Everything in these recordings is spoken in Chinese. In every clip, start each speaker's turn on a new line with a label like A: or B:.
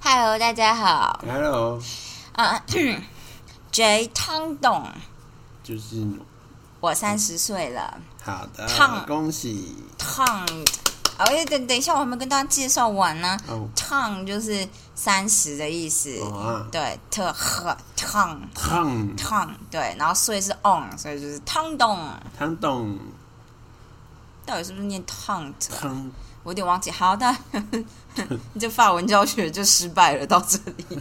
A: Hello，大家好
B: Hello，
A: 啊、j 汤董，
B: 就是
A: 我三十岁了，
B: 好的
A: 烫，
B: 恭喜
A: 烫，哦，哎等等一下，我还没跟大家介绍完呢。
B: 哦，
A: 烫就是三十的意思，
B: 哇
A: 对，特喝烫
B: 烫
A: 烫，对，然后岁是 on，所以就是汤董，
B: 汤董
A: 到底是不是念烫的？
B: 汤
A: 我有点忘记。好的， 你这法文教学就失败了，到这里。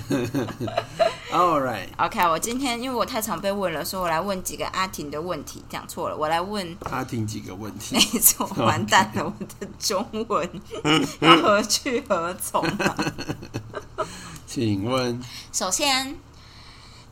B: ，All right，
A: OK，我今天因为我太常被问了，所以我来问几个阿婷的问题。讲错了，我来问
B: 他听几个问题
A: 没，错，完蛋了，我的中文 要何去何从啊、
B: 请问
A: 首先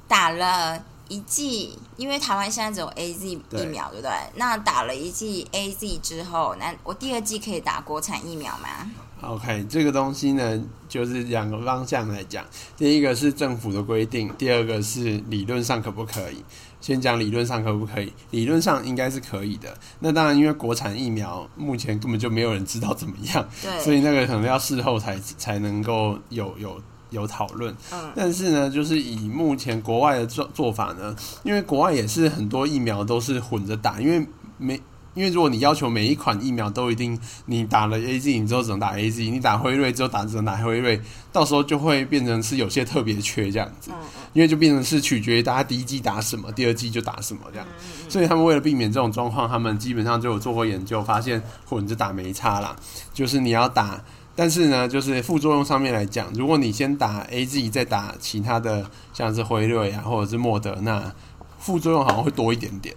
A: 打了一剂，因为台湾现在只有 A Z
B: 对
A: 疫苗，对不对？那打了一剂 A Z 之后，那我第二剂可以打国产疫苗吗？
B: ，OK，这个东西呢，就是两个方向来讲，第一个是政府的规定，第二个是理论上可不可以。先讲理论上可不可以？理论上应该是可以的。那当然，因为国产疫苗目前根本就没有人知道怎么样，所
A: 对，
B: 以那个可能要事后才才能够有有有讨论。
A: 嗯，
B: 但是呢，就是以目前国外的做做法呢，因为国外也是很多疫苗都是混着打，因为每因为如果你要求每一款疫苗都一定你打了 A Z，你之后只能打 A Z，你打辉瑞之后打只能打辉瑞，到时候就会变成是有些特别缺这样子，
A: 嗯
B: 因为就变成是取决于大家第一季打什么，第二季就打什么这
A: 嗯
B: 样。所以他们为了避免这种状况，他们基本上就有做过研究，发现混着打没差啦，就是你要打。但是呢，就是副作用上面来讲，如果你先打 A Z，再打其他的，像是辉瑞啊，或者是莫德纳，副作用好像会多一点点。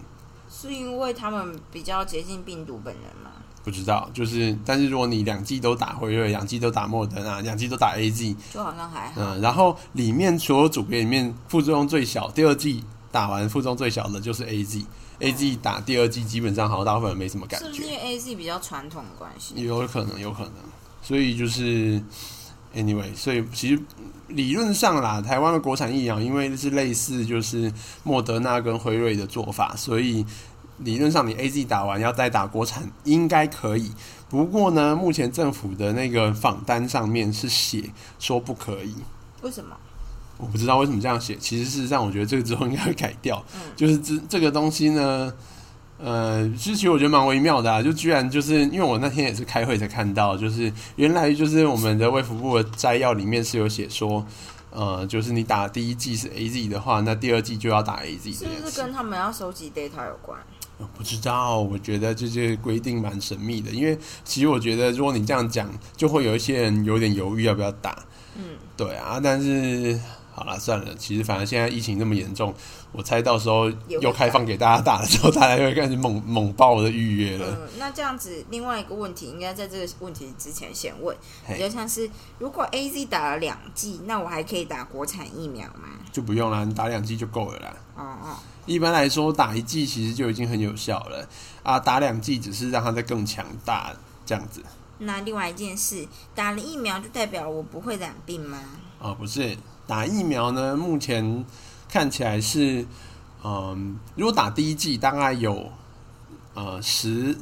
A: 是因为他们比较接近病毒本人嘛？
B: 不知道，就是，但是如果你两剂都打辉瑞，两剂都打莫德纳，两剂都打 A Z，
A: 就好像还好，
B: 嗯，然后里面所有组别里面副作用最小，第二剂打完副作用最小的就是 A Z，A Z 打第二剂基本上好像大部分人没什么感
A: 是不是
B: 觉
A: 因，为 A Z 比较传统的关系？
B: 有可能，有可能。所以就是 anyway，所以其实理论上啦，台湾的国产疫苗因为是类似就是莫德纳跟辉瑞的做法，所以理论上你 A Z 打完要再打国产应该可以。不过呢，目前政府的那个访单上面是写说不可以，
A: 为什么？
B: 我不知道为什么这样写。其实事实上，我觉得这个之后应该会改掉。
A: 嗯
B: 就是这这个东西呢，呃，其实其实我觉得蛮微妙的啊。就居然就是因为我那天也是开会才看到，就是原来就是我们的卫福部的摘要里面是有写说，呃，就是你打第一季是 A Z 的话，那第二季就要打 A Z
A: 是
B: 这
A: 不
B: 件
A: 是
B: 事。
A: 跟他们要收集 data 有关？
B: 我不知道，我觉得这些规定蛮神秘的，因为其实我觉得如果你这样讲，就会有一些人有点犹豫要不要打。
A: 嗯，
B: 对啊，但是好啦，算了，其实反正现在疫情那么严重，我猜到时候
A: 也会
B: 又开放给大家打的时候，大家又会开始猛猛爆我的预约了。
A: 嗯，那这样子，另外一个问题应该在这个问题之前先问，
B: 嘿
A: 比较像是如果 A Z 打了两剂，那我还可以打国产疫苗吗？
B: 就不用啦，你打两剂就够了啦。
A: 哦哦，
B: 一般来说，打一剂其实就已经很有效了啊，打两剂只是让它再更强大这样子
A: 那另外一件事，打了疫苗就代表我不会染病吗？
B: 啊、不是打疫苗呢，目前看起来是，嗯，如果打第一剂大概有呃十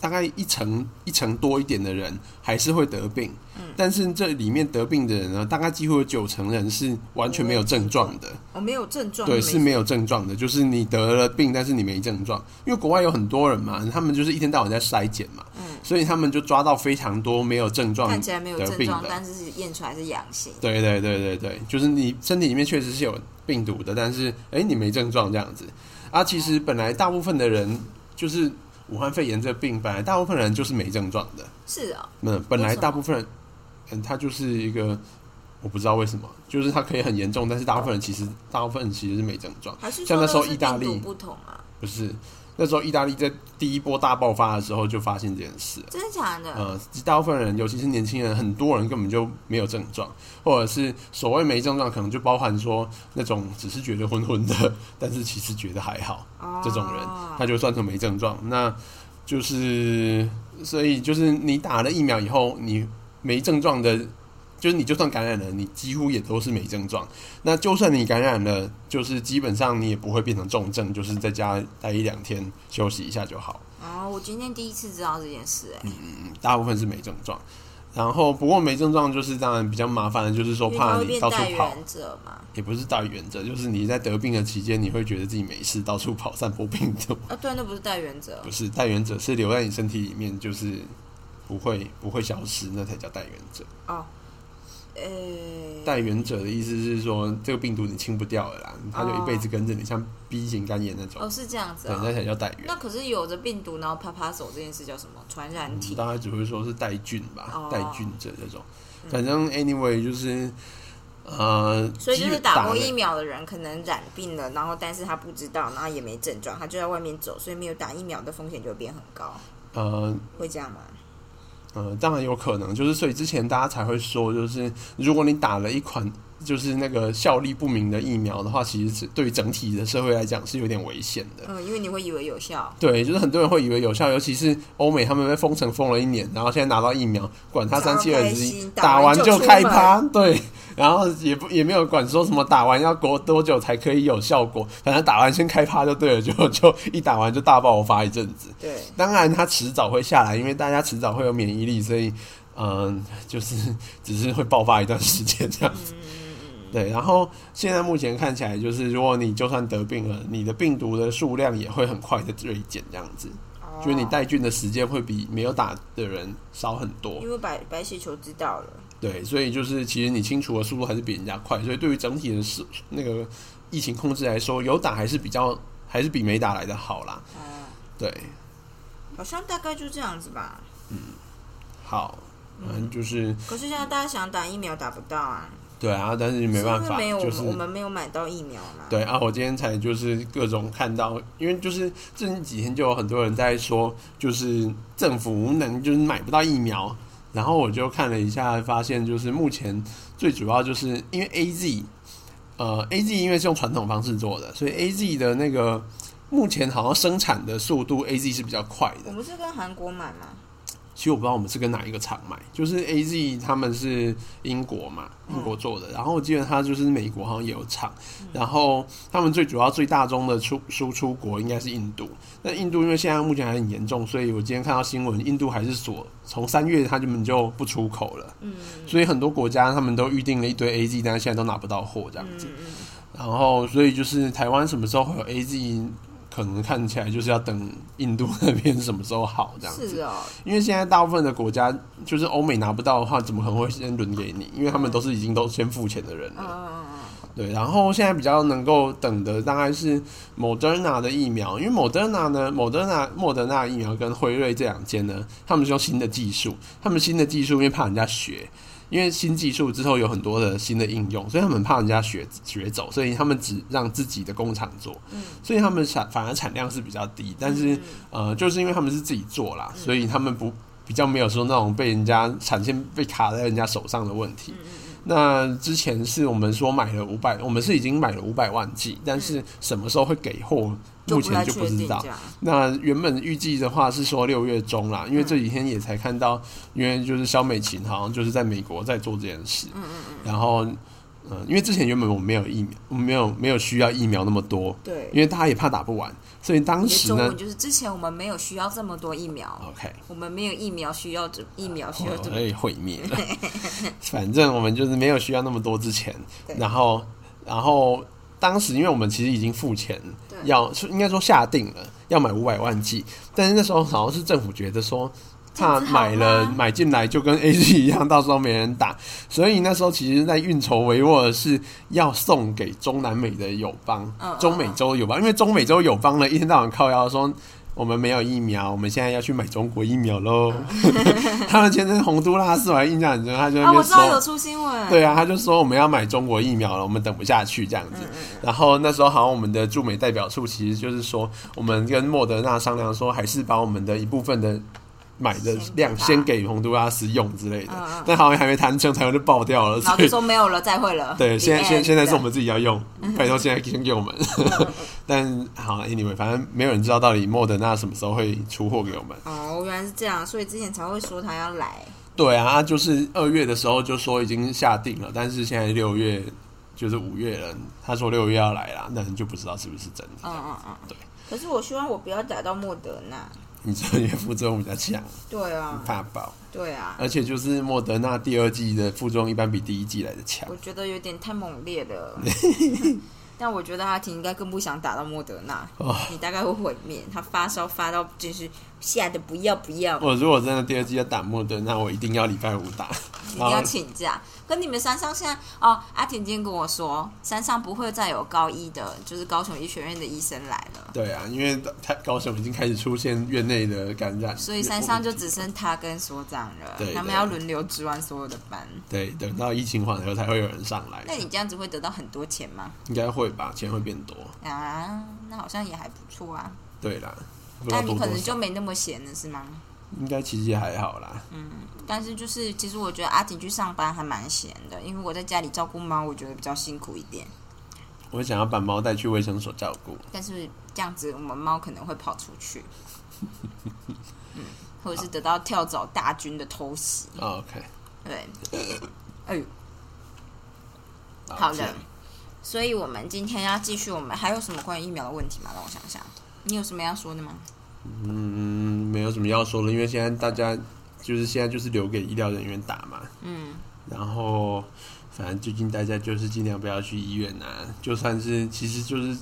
B: 大概一成一成多一点的人还是会得病，
A: 嗯
B: 但是这里面得病的人呢，大概几乎有九成人是完全没有症状的，
A: 我没有症状，
B: 对，
A: 嗯没
B: 是没有症状的，就是你得了病，但是你没症状，因为国外有很多人嘛，他们就是一天到晚在筛检嘛，所以他们就抓到非常多没有症状
A: 嗯看起来没有
B: 得
A: 症
B: 病
A: 状，
B: 的，
A: 但是是验出来是阳性。
B: 对对对对对，就是你身体里面确实是有病毒的，但是哎，你没症状这样子。啊，其实本来大部分的人就是武汉肺炎这病，本来大部分人就是没症状的。
A: 是哦，
B: 那本
A: 为
B: 来
A: 什么
B: 大部分人，嗯，他就是一个我不知道为什么，就是他可以很严重，但是大部分人其实大部分人其实是没症状。
A: 还是
B: 像
A: 说
B: 那时候
A: 都是
B: 意大利
A: 病毒不同啊？
B: 不是那时候意大利在第一波大爆发的时候就发现这件事了。
A: 真的假的？
B: 呃，大部分人，尤其是年轻人，很多人根本就没有症状，或者是所谓没症状，可能就包含说那种只是觉得昏昏的，但是其实觉得还好，
A: 哦
B: 这种人他就算成没症状。那就是，所以就是你打了疫苗以后，你没症状的，就是你就算感染了，你几乎也都是没症状。那就算你感染了，就是基本上你也不会变成重症，就是在家待一两天休息一下就好。
A: 哦，我今天第一次知道这件事、哎、
B: 大部分是没症状。然后不过没症状就是当然比较麻烦的，就是说
A: 因为他
B: 怕
A: 会
B: 你
A: 变
B: 到处
A: 代
B: 跑，
A: 言者嘛。
B: 也不是带原则，就是你在得病的期间，你会觉得自己没事，到处跑散播病毒。
A: 啊，对，那不是代言者
B: 不。是带原者是留在你身体里面，就是不会不会消失，那才叫带原者。
A: 哦，呃，
B: 带原者的意思是说，这个病毒你清不掉了啦，它就一辈子跟着你，像 B 型肝炎那种，
A: 哦是这样子
B: 对，
A: 啊、
B: 那才叫带原
A: 那。可是有着病毒，然后啪啪手这件事叫什么？传染体。
B: 大概只会说是带菌吧
A: 哦，
B: 带菌者这种。反正 anyway 就是呃，
A: 所以就
B: 基
A: 是
B: 本
A: 打过
B: 了
A: 疫苗的人可能染病了，然后但是他不知道，然后也没症状，他就在外面走，所以没有打疫苗的风险就会变很高，
B: 呃
A: 会这样吗？
B: 呃，当然有可能，就是所以之前大家才会说，就是如果你打了一款就是那个效力不明的疫苗的话，其实是对整体的社会来讲是有点危险的。
A: 嗯，因为你会以为有效，
B: 对，就是很多人会以为有效，尤其是欧美他们被封城封了一年，然后现在拿到疫苗，管他三七二十一，
A: 超开心打
B: 打完
A: 完
B: 就
A: 就
B: 开
A: 出门
B: 趴，对， 然后也不也没有管说什么打完要多多久才可以有效果，反正打完先开趴就对了，就就一打完就大爆发一阵子。
A: 对，
B: 当然，它迟早会下来，因为大家迟早会有免疫力，所以嗯、就是只是会爆发一段时间这
A: 嗯
B: 样子。对，然后现在目前看起来，就是如果你就算得病了，你的病毒的数量也会很快的锐减，这样子，
A: 哦
B: 就是你带菌的时间会比没有打的人少很多
A: 因。为白白血球知道了，
B: 对，所以就是其实你清除的速度还是比人家快，所以对于整体的是那个疫情控制来说，有打还是比较还是比没打来的好啦。
A: 嗯，
B: 对，
A: 好像大概就这样子吧。
B: 好，嗯，就是。
A: 可是现在大家想打疫苗打不到啊，
B: 对啊，但是没办
A: 是因为
B: 法，
A: 没有我
B: 就
A: 们、
B: 是
A: 我们没有买到疫苗嘛。
B: 对啊，我今天才就是各种看到，因为就是这几天就有很多人在说，就是政府无能，就是买不到疫苗。然后我就看了一下，发现就是目前最主要就是因为 A Z，呃，A Z 因为是用传统方式做的，所以 A Z 的那个目前好像生产的速度 A Z 是比较快的
A: 我。们是跟韩国买嘛？
B: 其实我不知道我们是跟哪一个厂买，就是 A Z 他们是英国嘛，
A: 嗯
B: 英国做的，然后我记得它就是美国好像也有厂，然后他们最主要最大宗的出输出国应该是印度。那印度因为现在目前还很严重，所以我今天看到新闻，印度还是锁，从三月他们就不出口了，
A: 嗯
B: 所以很多国家他们都预定了一堆 A Z，但是现在都拿不到货这样子。
A: 嗯嗯，
B: 然后所以就是台湾什么时候会有 A Z，可能看起来就是要等印度那边什么时候好这样子。
A: 是哦，
B: 因为现在大部分的国家，就是欧美拿不到的话，怎么可能会先轮给你？因为他们都是已经都先付钱的人
A: 嗯
B: 了。
A: 嗯嗯嗯，
B: 对，然后现在比较能够等的大概是 Moderna 的疫苗，因为 Moderna 呢，Moderna 莫德纳疫苗跟辉瑞这两间呢，他们是用新的技术，他们新的技术因为怕人家学。因为新技术之后有很多的新的应用，所以他们怕人家学学走，所以他们只让自己的工厂做，
A: 嗯
B: 所以他们产反而产量是比较低，但是
A: 嗯
B: 呃，就是因为他们是自己做啦，所以他们不比较没有说那种被人家产线被卡在人家手上的问题。
A: 嗯
B: 那之前是我们说买了五百，我们是已经买了五百万剂，但是什么时候会给货，
A: 嗯就
B: 目
A: 不
B: 前
A: 太
B: 就
A: 确
B: 不知
A: 定
B: 道
A: 这。样。
B: 那原本预计的话是说六月中
A: 嗯
B: 啦，因为这几天也才看到，因为就是肖美琴好像就是在美国在做这件事，
A: 嗯嗯嗯，
B: 然后嗯、呃因为之前原本我们没有疫苗，我们没有没有需要疫苗那么多，
A: 对。
B: 因为大家也怕打不完，所以当
A: 你的
B: 时
A: 中
B: 呢啊
A: 文就是之前我们没有需要这么多疫苗，
B: ，OK。
A: 我们没有疫苗需要这疫苗需要这么
B: 所以毁 灭了。反正我们就是没有需要那么多之前
A: 对，
B: 然后然后当时因为我们其实已经付钱
A: 对，
B: 要是应该说下定了要买五百万剂，但是那时候好像是政府觉得说。
A: 这样
B: 怕
A: 子好
B: 买了
A: 吗
B: 买进来就跟 A G 一样，到时候没人打，所以那时候其实，在运筹帷幄的是要送给中南美的友邦
A: 嗯，
B: 中美洲友邦，因为中美洲友邦呢一天到晚靠腰说我们没有疫苗，我们现在要去买中国疫 苗喽。 他们前阵洪都拉斯我还印象很深，他就在哎那
A: 啊，我
B: 边
A: 知道有
B: 说，
A: 出新闻，
B: 对啊，他就说我们要买中国疫苗了，我们等不下去这样子。
A: 嗯
B: 然后那时候好像我们的驻美代表处其实就是说，我们跟莫德纳商量说，还是把我们的一部分的。买的量先
A: 先
B: 给洪都拉斯用之类的
A: 嗯嗯，
B: 但好像还没谈成，台湾就爆掉了，
A: 然
B: 所
A: 后
B: 以
A: 就说没有了，再会了。
B: 对，
A: The
B: 现在现
A: end，
B: 现在是
A: 这
B: 我
A: 样
B: 们自己 要用，拜托现在先给我们。但好，anyway，反正没有人知道到底莫德纳什么时候会出货给我们。
A: 哦，原来是这样，所以之前才会说他要来。
B: 对啊，就是二月的时候就说已经下定了，但是现在六月就是五月了，他说六月要来啦，那你就不知道是不是真的。
A: 嗯嗯嗯，
B: 对。
A: 可是我希望我不要打到莫德纳，
B: 你这也副作用比较强，
A: 对啊，
B: 怕爆。
A: 对啊，
B: 而且就是莫德纳第二季的副作用一般比第一季来的强
A: 我。觉得有点太猛烈 了。但我觉得阿婷应该更不想打到莫德纳，
B: 哦
A: 你大概会毁灭。他发烧发到就是吓得不要不要，
B: 我如果真的第二季要打莫德纳，我一定要礼拜五打。
A: 一定
B: 然
A: 要
B: 后
A: 请假。可你们山上现在哦，阿婷今天跟我说，山上不会再有高一的，就是高雄医学院的医生来了，
B: 对啊，因为他高雄已经开始出现院内的感染，
A: 所以山上就只剩他跟所长了
B: 对，
A: 他们
B: 对
A: 要轮流值完所有的班。
B: 对等到疫情缓和才会有人上来
A: 那，你这样子会得到很多钱吗？
B: 应该会吧，钱会变多。
A: 啊，那好像也还不错啊。
B: 对啦，不知
A: 那
B: 道多
A: 你可
B: 多
A: 能
B: 少，
A: 就没那么闲了，是吗？
B: 应该其实也还好啦。
A: 但是就是，其实我觉得阿婷去上班还蛮闲的，因为我在家里照顾猫，我觉得比较辛苦一点。
B: 我想要把猫带去卫生所照顾。
A: 但是这样子，我们猫可能会跑出去，嗯，或者是得到跳蚤大军的偷袭。
B: 哦 OK，
A: 对，哎呦，
B: 抱
A: 好
B: 歉
A: 的。所以我们今天要继续，我们还有什么关于疫苗的问题吗？让我想想，你有什么要说的吗？
B: 嗯，没有什么要说的，因为现在大家就是现在就是留给医疗人员打嘛，
A: 嗯，
B: 然后反正最近大家就是尽量不要去医院啊，就算是其实就是，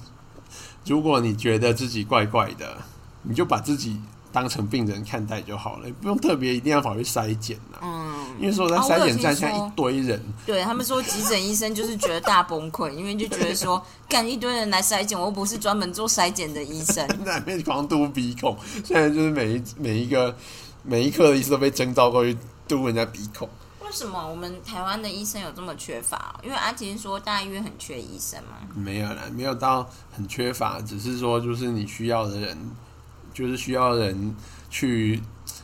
B: 如果你觉得自己怪怪的，你就把自己当成病人看待就好了，不用特别一定要跑去筛检啦。
A: 嗯，
B: 因为说在
A: 哦我有
B: 筛检站
A: 听
B: 现在
A: 说
B: 一堆人，
A: 对他们说，急诊医生就是觉得大崩溃，因为就觉得说，干一堆人来筛检，我又不是专门做筛检的医 生，
B: 在那边狂嘟鼻孔，现在就是每一每一个每一刻的医生都被征召过去嘟人家鼻孔。
A: 为什么我们台湾的医生有这么缺乏？因为阿婷说大医院很缺医生嘛。
B: 没有啦，没有到很缺乏，只是说就是你需要的人，就是需要人去，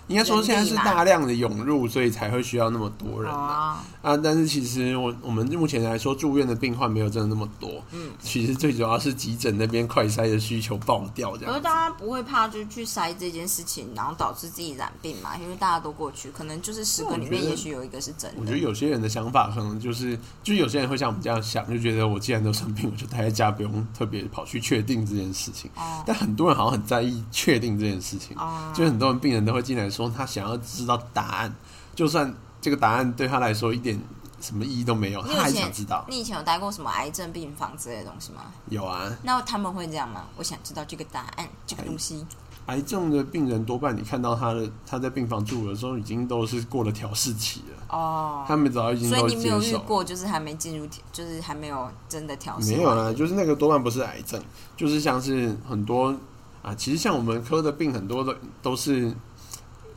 B: 应该说现在是大量的涌入，所以才会需要那么多人啊。
A: 哦，
B: 啊，但是其实我我们目前来说，住院的病患没有真的那么多。
A: 嗯，
B: 其实最主要是急诊那边快筛的需求爆掉这
A: 可是
B: 样
A: 大。家不会怕就是去筛这件事情，然后导致自己染病嘛？因为大家都过去，可能就是十个里
B: 那我
A: 面
B: 觉得
A: 也许有一个是真
B: 我觉得
A: 的。
B: 有些人的想法可能就是，就是有些人会像我们这样想，就觉得我既然都生病，我就待在家，不用特别跑去确定这件事情。
A: 哦
B: 但很多人好像很在意确定这件事情。
A: 哦，
B: 就很多人病人都会进来说，他想要知道答案，就算这个答案对他来说一点什么意义都没有，
A: 你
B: 他
A: 以
B: 还
A: 前
B: 想知道。
A: 你以前有待过什么癌症病房之类的东西吗？
B: 有啊，
A: 那他们会这样吗？我想知道这个答案，这
B: 哎
A: 个东西。
B: 癌症的病人多半你看到他的他在病房住的时候，已经都是过了调试期了，
A: 哦，
B: 他们早已经
A: 所以
B: 都
A: 你没有
B: 接
A: 遇
B: 受。
A: 过，就是还没进入，就是还没有真的调试完。
B: 没有啊，就是那个多半不是癌症，就是像是很多啊，其实像我们科的病很多的都是，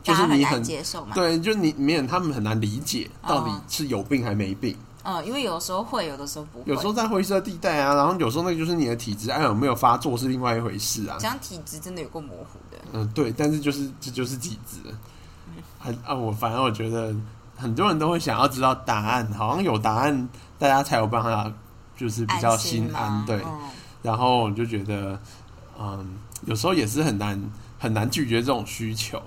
B: 就
A: 大
B: 是
A: 家很
B: 你
A: 难
B: 很
A: 接受嘛。
B: 对，就你免他们很难理解到底
A: 哦
B: 是有病还没病。
A: 嗯，因为有时候会，有的时候不会。
B: 有时候在灰色地带啊，然后有时候那个就是你的体质，哎，有没有发作是另外一回事啊
A: 这。样体质真的有够模糊的。
B: 嗯，对，但是就是这就是体质。啊啊，我反正我觉得很多人都会想要知道答案，好像有答案大家才有办法，就是比较
A: 安心
B: 心
A: 吗
B: 安。对，
A: 嗯
B: 然后我就觉得，嗯，有时候也是很难很难拒绝这种需求，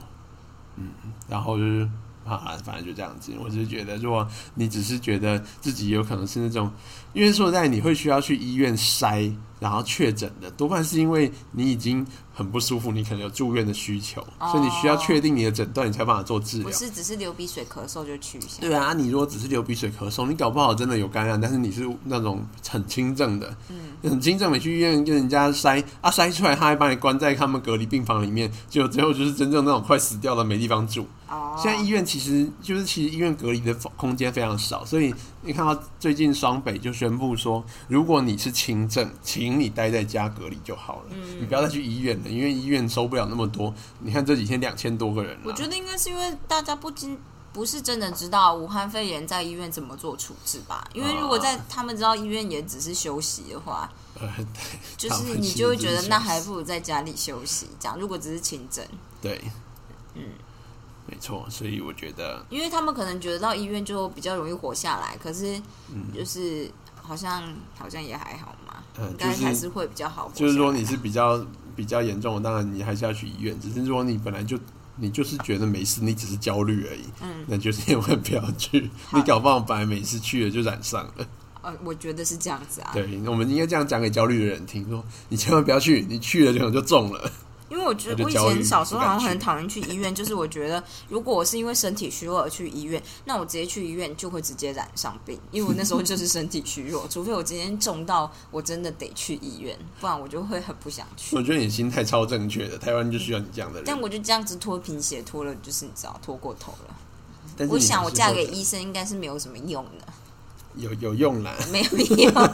B: 嗯，然后就是啊，反正就这样子。我只是觉得，如果你只是觉得自己有可能是那种，因为说实在你会需要去医院筛，然后确诊的，多半是因为你已经很不舒服，你可能有住院的需求，
A: 哦
B: 所以你需要确定你的诊断，你才有办法做治
A: 不
B: 疗。
A: 是只是流鼻水、咳嗽就去一下。
B: 对啊，你如果只是流鼻水、咳嗽，你搞不好真的有感染，但是你是那种很轻症的，
A: 嗯，
B: 很轻症，你去医院跟人家筛啊，筛出来他还把你关在他们隔离病房里面，就最后就是真正那种快死掉了没地方住。
A: 哦，
B: 现在医院其实就是其实医院隔离的空间非常少，所以你看到最近双北就宣布说，如果你是轻症，请你待在家隔离就好了，
A: 嗯
B: 你不要再去医院了，因为医院收不了那么多。你看这几天两千多个人、啊，
A: 我觉得应该是因为大家不经不是真的知道武汉肺炎在医院怎么做处置吧？因为如果
B: 啊
A: 在他们知道医院也只是休息的话，
B: 呃，对
A: 就是你就会觉得那还不如在家里休息。这样，如果只是轻症，
B: 对，嗯，没错，所以我觉得
A: 因为他们可能觉得到医院就比较容易活下来，可是就是、好像好像也还好嘛，
B: 嗯
A: 应该
B: 就是
A: 还是会比较好活下来。
B: 就是说你是比较比较严重的，当然你还是要去医院。只是说你本来就你就是觉得没事，你只是焦虑而已，
A: 嗯，
B: 那就是因为不要去。
A: 好
B: 你搞不好本来没事去了就染上了。
A: 呃，我觉得是这样子啊。
B: 对，我们应该这样讲给焦虑的人听，说你千万不要去，你去了可能就中了。
A: 因为我觉得我
B: 那就
A: 以
B: 焦虑
A: 前小时候
B: 不
A: 好
B: 敢
A: 像
B: 去
A: 很讨厌去医院， 就是我觉得如果我是因为身体虚弱而去医院，那我直接去医院就会直接染上病，因为我那时候就是身体虚 弱，除非我今天重到我真的得去医院，不然我就会很不想去。
B: 我觉得你心态超正确的，台湾就需要你这样的人。
A: 但我就这样子脱贫血脱了，就是你知道脱过头了。
B: 但是
A: 我
B: 你
A: 想我
B: 还是
A: 嫁
B: 会
A: 给
B: 觉得
A: 医生应该是没有什么用 的，
B: 有有用啦，
A: 没有用啦，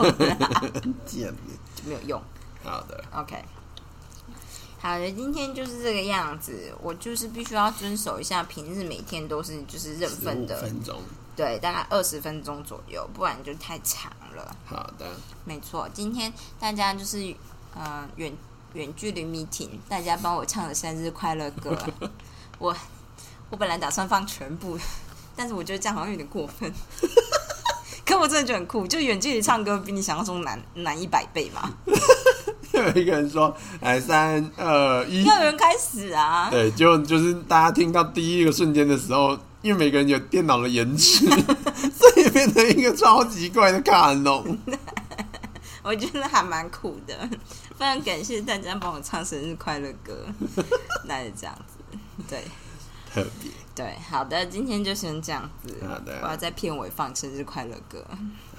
B: 贱你
A: 就没有用。
B: 好的，
A: OK，好的，今天就是这个样子。我就是必须要遵守一下，平日每天都是就是认
B: 十
A: 份
B: 五
A: 的，
B: 分钟，
A: 对，大概二十分钟左右，不然就太长了。
B: 好的，
A: 没错，今天大家就是呃远远距离 meeting，大家帮我唱了生日快乐歌。我我本来打算放全部，但是我觉得这样好像有点过分。可我真的觉得很酷，就远距离唱歌比你想象中难难一百倍嘛。
B: 有一个人说，来三二 一，
A: 要有人开始啊！
B: 对，就就是大家听到第一个瞬间的时候，因为每个人有电脑的延 迟，所以变成一个超级怪的卡农。
A: 我觉得还蛮酷的，非常感谢大家帮我唱生日快乐歌，那就这样子，对
B: 特别
A: 对，好的，今天就先这样子，
B: 好
A: 我要
B: 的，
A: 在片尾放生日快乐歌，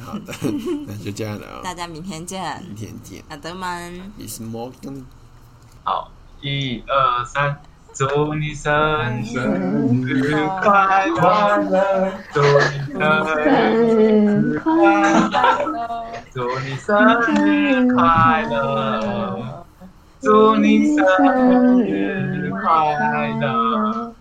B: 好的， 那就这样了、
A: 大
B: 哦，
A: 家明天见，
B: 明天见
A: 阿德曼，
B: ，Miss Morgan。
C: 好，一二三，祝你生日快乐，祝你生日快乐，祝你生日快乐，祝你生日快乐，